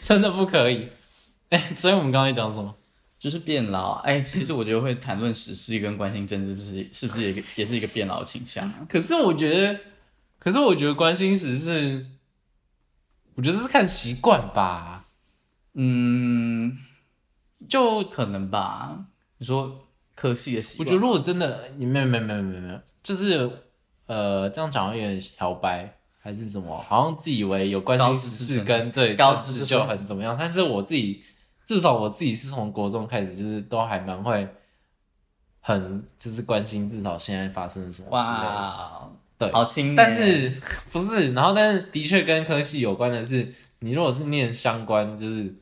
Speaker 2: 真的不可以。 <laughs> 哎、所以我们刚才讲什么？
Speaker 1: 就是变老。哎、其实我觉得会谈论时事跟关心政治，是不是是不是也也是一个变老的倾向啊？
Speaker 2: 可是我觉得，可是我觉得关心时事，我觉得是看习惯吧。
Speaker 1: 嗯，就可能吧。你说科系的习
Speaker 2: 我
Speaker 1: 惯，
Speaker 2: 觉得如果真的，你没有没有没有没有没有，就是呃，这样讲好像有点小白还是什么，好像自以为有关心时事跟对
Speaker 1: 高
Speaker 2: 政
Speaker 1: 知识
Speaker 2: 治
Speaker 1: 分子
Speaker 2: 就很怎么样，但是我自己至少我自己是从国中开始，就是都还蛮会很就是关心至少现在发生了什么之类的。
Speaker 1: 哇，哦
Speaker 2: 对
Speaker 1: 好轻。
Speaker 2: 但是不是？然后但是的确跟科系有关的是，你如果是念相关就是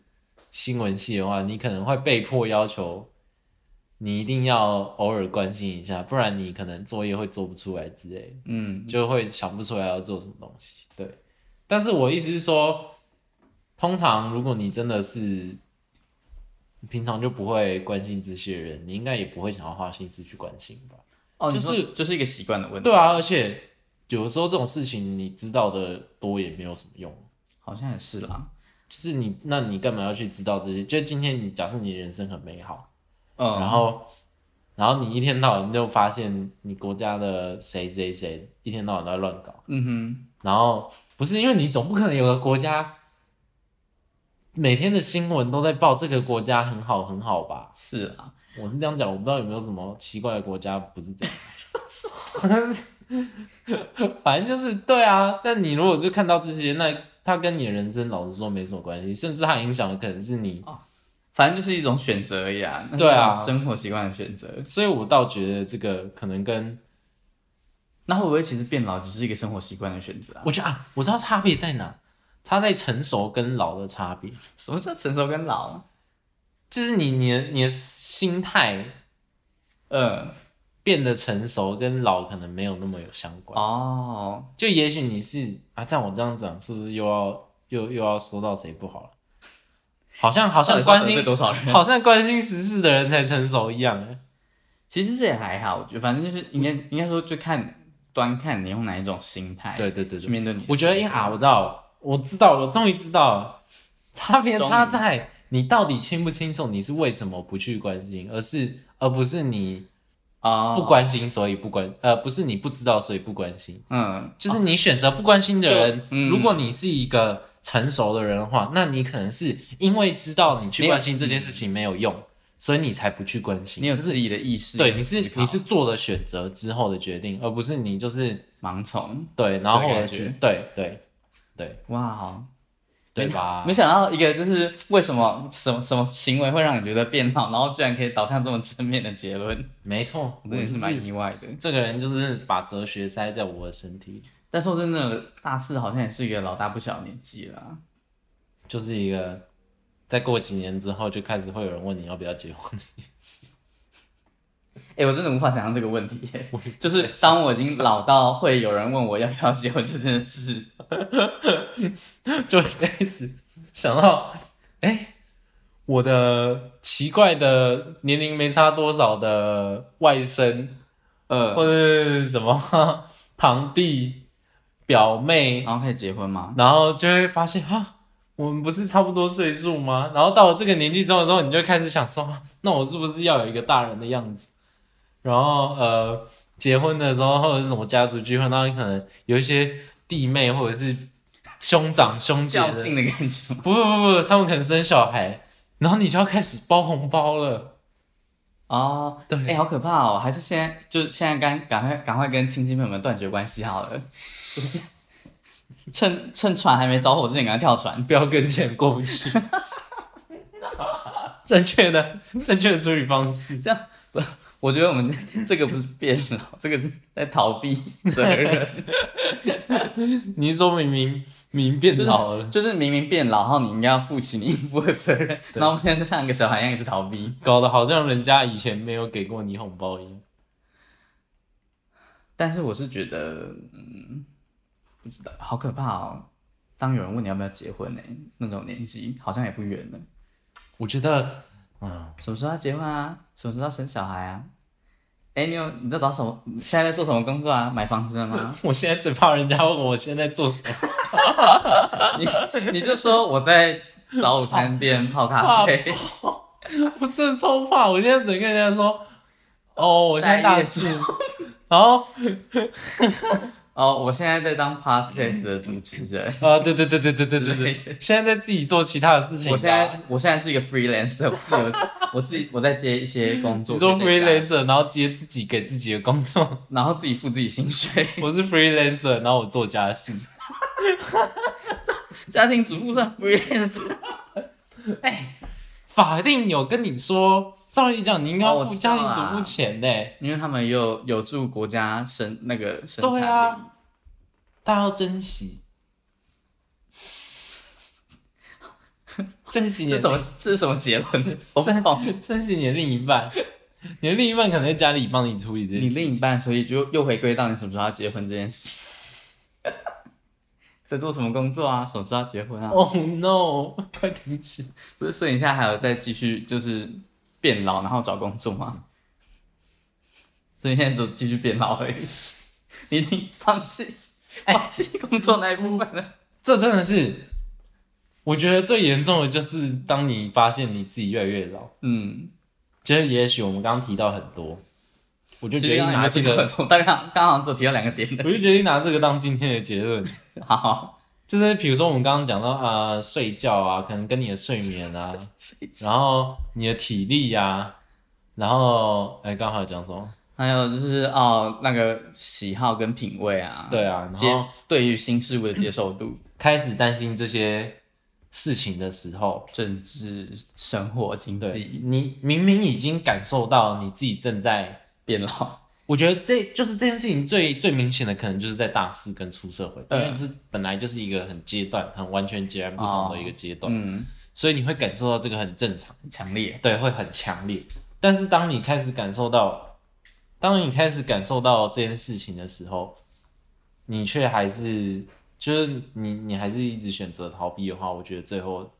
Speaker 2: 新闻系的话，你可能会被迫要求你一定要偶尔关心一下，不然你可能作业会做不出来之类的，
Speaker 1: 嗯，
Speaker 2: 就会想不出来要做什么东西。对，但是我意思是说，通常如果你真的是。平常就不会关心这些人，你应该也不会想要花心思去关心吧？
Speaker 1: 哦，
Speaker 2: 就
Speaker 1: 你说
Speaker 2: 是
Speaker 1: 就是一个习惯的问题，
Speaker 2: 对啊，而且有时候这种事情你知道的多也没有什么用，
Speaker 1: 好像也是啦。
Speaker 2: 就是你那你干嘛要去知道这些？就今天你假设你人生很美好，
Speaker 1: 嗯，
Speaker 2: 然后然后你一天到晚就发现你国家的谁谁谁一天到晚都在乱搞，
Speaker 1: 嗯哼，
Speaker 2: 然后不是因为你总不可能有个国家。每天的新闻都在报这个国家很好很好吧？
Speaker 1: 是啦。
Speaker 2: 我是这样讲，我不知道有没有什么奇怪的国家不是这样。反正就是对啊，但你如果就看到这些，那它跟你的人生老实说没什么关系，甚至它影响的可能是你。
Speaker 1: 反正就是一种选择而已啊，那是
Speaker 2: 对啊
Speaker 1: 一种生活习惯的选择。
Speaker 2: 所以我倒觉得这个可能跟
Speaker 1: 那会不会其实变老只是一个生活习惯的选择啊？
Speaker 2: 我觉得啊，我知道差别在哪，它在成熟跟老的差别，
Speaker 1: 什么叫成熟跟老啊？
Speaker 2: 就是你你的你的心态
Speaker 1: 嗯，
Speaker 2: 变得成熟，跟老可能没有那么有相关。
Speaker 1: 哦，
Speaker 2: 就也许你是啊，像我这样讲，是不是又要又又要说到谁不好了？好像
Speaker 1: 好
Speaker 2: 好像关
Speaker 1: 得罪
Speaker 2: 心，
Speaker 1: 多少人？
Speaker 2: 好像关心时事的人才成熟一样。哎
Speaker 1: 其实这也还好，我觉得反正就是应该应该说就看端看你用哪一种心态，
Speaker 2: 对，对对
Speaker 1: 去
Speaker 2: 对，
Speaker 1: 面对你的生活。
Speaker 2: 我觉得因啊，我知道了，我知道了，我终于知道了，差别
Speaker 1: 终于
Speaker 2: 差在你到底清不清楚你是为什么不去关心，而是而不是你
Speaker 1: 啊，
Speaker 2: 不，关心所以不关，呃，不是你不知道所以不关心，
Speaker 1: 嗯，
Speaker 2: 就是你选择不关心的人，
Speaker 1: 嗯
Speaker 2: 如果你是一个成熟的人的话，那你可能是因为知道你去关心这件事情没有用，所以你才不去关心。
Speaker 1: 你有
Speaker 2: 就是
Speaker 1: 自己的意识，
Speaker 2: 对，你是
Speaker 1: 思考
Speaker 2: 你是做了选择之后的决定，而不是你就是
Speaker 1: 盲从，
Speaker 2: 对，然后
Speaker 1: 的
Speaker 2: 或者
Speaker 1: 感
Speaker 2: 是
Speaker 1: 觉
Speaker 2: 对对对
Speaker 1: 哇，哦好
Speaker 2: 对吧？
Speaker 1: 没想到一个就是为什么什么什么行为会让你觉得变好，然后居然可以导向这么正面的结论，
Speaker 2: 没错，
Speaker 1: 我
Speaker 2: 我
Speaker 1: 真
Speaker 2: 就
Speaker 1: 的是
Speaker 2: 是
Speaker 1: 蛮意外的。
Speaker 2: 这个人就是把哲学塞在我的身体里，
Speaker 1: 但说真的，大四好像也是一个老大不小的年纪了。
Speaker 2: 就是一个再过几年之后就开始会有人问你要不要结婚。
Speaker 1: 哎、我真的无法想象这个问题耶，就是当我已经老到会有人问我要不要结婚这件事，
Speaker 2: 就会开始想到，哎、我的奇怪的年龄没差多少的外甥
Speaker 1: 呃，
Speaker 2: 或者是什么 <laughs> 堂弟、表妹，
Speaker 1: 然后可以结婚吗？
Speaker 2: 然后就会发现啊，我们不是差不多岁数吗？然后到了这个年纪之后，之后你就开始想说，啊那我是不是要有一个大人的样子？然后呃，结婚的时候或者是什么家族聚会，那你可能有一些弟妹或者是兄长兄姐
Speaker 1: 较
Speaker 2: 的
Speaker 1: 劲的感觉吗？ <laughs>
Speaker 2: 不不不不，他们可能生小孩，然后你就要开始包红包了。
Speaker 1: 哦，
Speaker 2: 对
Speaker 1: 哎、好可怕哦！还是现在就现在赶赶快赶快跟亲戚朋友们断绝关系好了， <laughs> 就是趁趁船还没着火之前赶快跳船。
Speaker 2: 不要跟钱过不去。 <laughs> 正确的正确的处理方式， <laughs>
Speaker 1: 我觉得我们 <laughs> 这这个不是变 <laughs> 老，这个是在逃避责任。
Speaker 2: 你是说明明明明变老了，
Speaker 1: 就是明明变老，然后你应该要负起你应负的责 <laughs> 任，
Speaker 2: 对
Speaker 1: 然后我们现在就像一个小孩一样一直逃避。
Speaker 2: 搞得好像人家以前没有给过你红包一样。
Speaker 1: 但是我是觉得，嗯，不知道，好可怕哦！当有人问你要不要结婚呢、那种年纪好像也不远了。
Speaker 2: 我觉得，嗯，
Speaker 1: 什么时候要结婚啊？什么时候要生小孩啊？哎，你有你在找什么？你现在在做什么工作啊？买房子了 <laughs> 吗？
Speaker 2: 我现在最怕人家问我现在做什 <laughs> 么，
Speaker 1: 你你就说我在找午餐 <laughs> 店泡咖啡，
Speaker 2: 我真的超怕。我现在整个人家说，哦，我现在
Speaker 1: 待
Speaker 2: 大
Speaker 1: 业
Speaker 2: 四， <laughs> 然后
Speaker 1: 哦，我现在在当 podcast 的主持人，
Speaker 2: 啊，对对对对对对对
Speaker 1: 之类
Speaker 2: 对，现在在自己做其他的事情吧。
Speaker 1: 我现在我现在是一个 freelancer，我是有
Speaker 2: <laughs>
Speaker 1: 我自己我在接一些工作，
Speaker 2: 你说
Speaker 1: 自己在家
Speaker 2: freelancer，然后接自己给自己的工作。
Speaker 1: 然后自己付自己薪水， <laughs>
Speaker 2: 我是 freelancer，然后我做家事。
Speaker 1: 家庭主妇算 freelancer， <laughs>
Speaker 2: 哎，法定有跟你说，照理讲你应该
Speaker 1: 哦
Speaker 2: 要
Speaker 1: 我
Speaker 2: 付
Speaker 1: 知
Speaker 2: 家
Speaker 1: 道
Speaker 2: 庭
Speaker 1: 啦
Speaker 2: 主妇钱欸呢、
Speaker 1: 因为他们有有助国家生那个生产
Speaker 2: 对
Speaker 1: 力。
Speaker 2: 啊，大家要珍惜，珍惜你
Speaker 1: 这是
Speaker 2: 的
Speaker 1: 什么？这是什么结论？我不懂。
Speaker 2: 珍惜你的另一半，你的另一半可能在家里帮你处理这些
Speaker 1: 你
Speaker 2: 事情。
Speaker 1: 另一半，所以就又回归到你什么时候要结婚这件事。 <laughs> 在做什么工作啊？什么时候要结婚啊？
Speaker 2: Oh no！快 <laughs> 停止。
Speaker 1: 不是，所以你现在还有在继续就是变老，然后找工作吗？所以你现在就继续变老而已，你已经放弃放弃工作那一部分 <laughs> 了。
Speaker 2: 这真的是，我觉得最严重的就是当你发现你自己越来越老，
Speaker 1: 嗯，
Speaker 2: 就是也许我们刚刚提到很多，我就
Speaker 1: 其
Speaker 2: 决
Speaker 1: 实
Speaker 2: 定
Speaker 1: 刚刚
Speaker 2: 拿
Speaker 1: 有
Speaker 2: 这
Speaker 1: 提到很
Speaker 2: 个，
Speaker 1: 多，大概刚刚好像只提到两个点的。
Speaker 2: 我就决定拿这个 <laughs> 当今天的结论，
Speaker 1: 好，
Speaker 2: 就是比如说我们刚刚讲到啊、呃睡觉啊，可能跟你的睡
Speaker 1: <laughs>
Speaker 2: 眠啊，然后你的体力呀、啊，然后哎，刚好有讲什么？
Speaker 1: 还有就是哦，那个喜好跟品味啊，
Speaker 2: 对啊，然后
Speaker 1: 接对于新事物的接受度。
Speaker 2: 开始担心这些事情的时候，
Speaker 1: 政治、生活、经
Speaker 2: 对
Speaker 1: 济
Speaker 2: 你明明已经感受到你自己正在
Speaker 1: 变老，
Speaker 2: 我觉得这就是这件事情最最明显的，可能就是在大四跟出社会，因
Speaker 1: 嗯
Speaker 2: 为这本来就是一个很阶段、很完全截然不同的一个阶段，
Speaker 1: 嗯，
Speaker 2: 所以你会感受到这个很正常，
Speaker 1: 强烈，
Speaker 2: 对，会很强烈。但是当你开始感受到，当你开始感受到这件事情的时候，你却还是就是你你还是一直选择逃避的话，我觉得最后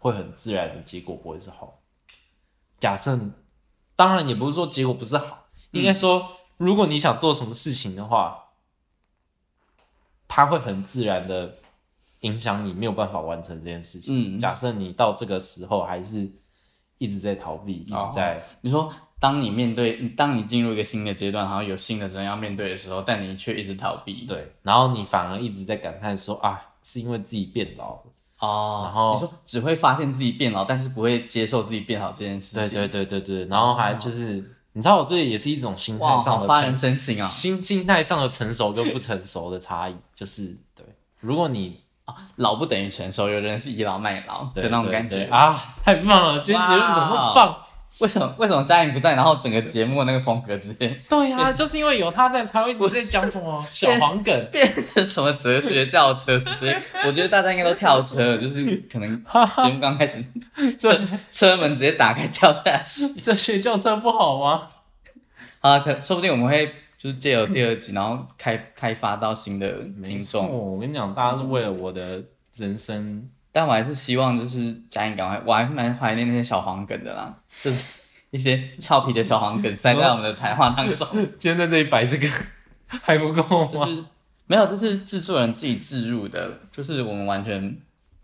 Speaker 2: 会很自然的结果不会是好的。假设你，当然也不是说结果不是好，应该说，如果你想做什么事情的话，它会很自然的影响你没有办法完成这件事情。
Speaker 1: 嗯哦
Speaker 2: 假设你到这个时候还是一直在逃避，一直在、
Speaker 1: 你说当你面对，当你进入一个新的阶段，然后有新的人要面对的时候，但你却一直逃避。
Speaker 2: 对，然后你反而一直在感叹说啊，是因为自己变老了。
Speaker 1: 哦，
Speaker 2: 然后
Speaker 1: 你说只会发现自己变老，但是不会接受自己变好这件事
Speaker 2: 对
Speaker 1: 情。
Speaker 2: 对对对对，然后还就是，你知道我这也是一种心态
Speaker 1: 哦哇，
Speaker 2: 上
Speaker 1: 好
Speaker 2: 的
Speaker 1: 发人
Speaker 2: 成，
Speaker 1: 深省啊！
Speaker 2: 心心态上的成熟跟不成熟的差异， <laughs> 就是对，如果你
Speaker 1: 老不等于成熟，有的人是倚老卖老
Speaker 2: 对
Speaker 1: 的那种
Speaker 2: 对
Speaker 1: 感
Speaker 2: 对
Speaker 1: 觉。
Speaker 2: 啊，太棒了！今天结论怎么那么棒？
Speaker 1: 为什么为什么佳颖不在，然后整个节目那个风格直接
Speaker 2: 对呀、就是因为有他在，才会一直在讲什
Speaker 1: <laughs>
Speaker 2: 么小黄梗。
Speaker 1: 变成什么哲学轿车之
Speaker 2: <laughs>
Speaker 1: 类？我觉得大家应该都跳车了，就是可能节目刚开始车车门直接打开跳下去
Speaker 2: 这学校车不好吗？
Speaker 1: 啊，可说不定我们会就是借由第二集，然后开开发到新的听
Speaker 2: 错
Speaker 1: 众。嗯
Speaker 2: 我跟你讲，大家是为了我的人生，
Speaker 1: 但我还是希望就是佳颖赶快，我还是蛮怀念那些小黄梗的啦， <laughs> 就是一些俏皮的小黄梗塞在我们的谈话当
Speaker 2: <laughs>
Speaker 1: 中。
Speaker 2: 今天在这里摆这个还不够
Speaker 1: 就 <laughs>
Speaker 2: 吗？
Speaker 1: 是没有，这是制作人自己置入的，就是我们完全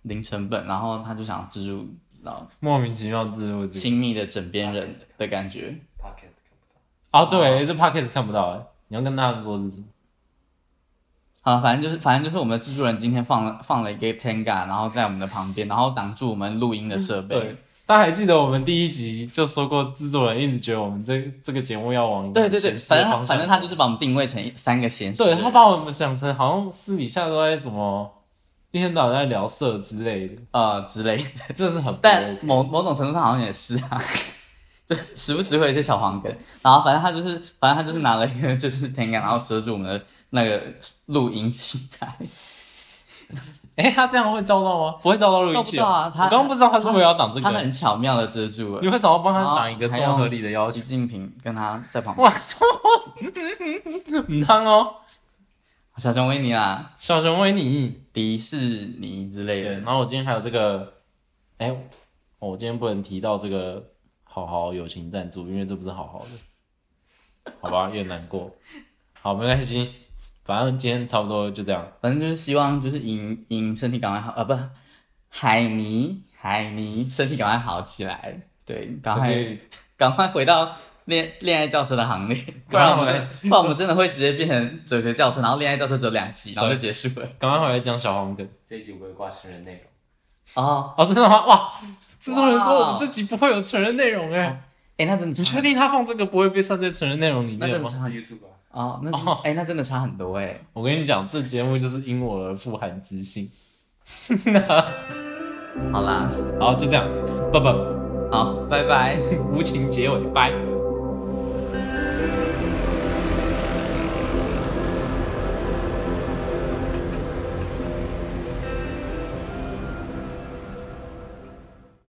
Speaker 1: 零成本，然后他就想置入到
Speaker 2: 莫名其妙自入自己。
Speaker 1: 亲密的枕边人的感觉。
Speaker 3: Pocket 看不到。
Speaker 2: 哦，对，这 podcast 看不到哎，你要跟大家说是什么？
Speaker 1: 好，反正就是反正就是我们的制作人今天放了放了一个 Tenga，然后在我们的旁边，然后挡住我们录音的设备
Speaker 2: 嗯对。，大家还记得我们第一集就说过，制作人一直觉得我们这这个节目要往
Speaker 1: 对对对，
Speaker 2: 闲
Speaker 1: 反
Speaker 2: 适的
Speaker 1: 正他
Speaker 2: 方向
Speaker 1: 反正他就是把我们定位成三个闲事。
Speaker 2: 对他把我们想成好像私底下都在什么一天到晚在聊色之类的， <laughs>
Speaker 1: 呃之类的，
Speaker 2: 真的是很不
Speaker 1: 但
Speaker 2: OK
Speaker 1: 某某种程度上好像也是啊， <laughs> 就时不时会有一些小黄梗。然后反正他就是，反正他就是拿了一个就是 Tenga，然后遮住我们的那个录音器材。
Speaker 2: 哎、他这样会照到吗？不会照到录音器
Speaker 1: 照不到啊
Speaker 2: 哦
Speaker 1: 他
Speaker 2: 我刚刚不知道他说我要挡这
Speaker 1: 他
Speaker 2: 个，
Speaker 1: 很巧妙的遮住了
Speaker 2: 你。为什么要帮他
Speaker 1: 然后
Speaker 2: 想一个
Speaker 1: 还
Speaker 2: 综合理的要
Speaker 1: 有
Speaker 2: 求
Speaker 1: 习？近平跟他在旁边，
Speaker 2: 哇，很烫哦，
Speaker 1: 小熊维尼啦、
Speaker 2: 小熊维尼。
Speaker 1: 迪士尼之类
Speaker 2: 对，
Speaker 1: 的
Speaker 2: 然。后我今天还有这个，哎、哦我今天不能提到这个好好友情赞助，因为这不是好好的， <laughs> 好吧，有点难过。好，没关系，反正今天差不多就这样。
Speaker 1: 反正就是希望就是赢赢身体赶快好啊，不，海尼海尼身体赶快好起来，对，赶
Speaker 2: 可
Speaker 1: 快
Speaker 2: 以
Speaker 1: 赶快回到恋恋爱教师的
Speaker 2: <laughs>
Speaker 1: 行列，不然
Speaker 2: 啊
Speaker 1: 我们真不然我们真的会直接变成哲学教师，然后恋爱教师只有两集，然后就结束
Speaker 2: <laughs>
Speaker 1: 了。
Speaker 2: 赶快回来讲小黄梗。
Speaker 3: 这一集我会挂成人内容，
Speaker 1: 哦，
Speaker 2: 哦，真的吗？哇，制作人说我们这集不会有成人内容哎，
Speaker 1: 哎、那真的
Speaker 2: 你确
Speaker 1: 差哦
Speaker 2: 定他放这个不会被算在成人内容里
Speaker 1: 那
Speaker 2: 面
Speaker 1: 真的
Speaker 2: 吗？
Speaker 1: 差
Speaker 3: 是 YouTube 啊。
Speaker 1: 哦，那真哎、那真的差很多哎、
Speaker 2: 我跟你讲，这节目就是因我而富含知性。
Speaker 1: 好啦，
Speaker 2: 好，就这样，拜拜，
Speaker 1: 好，拜拜。
Speaker 2: 无情结尾，拜。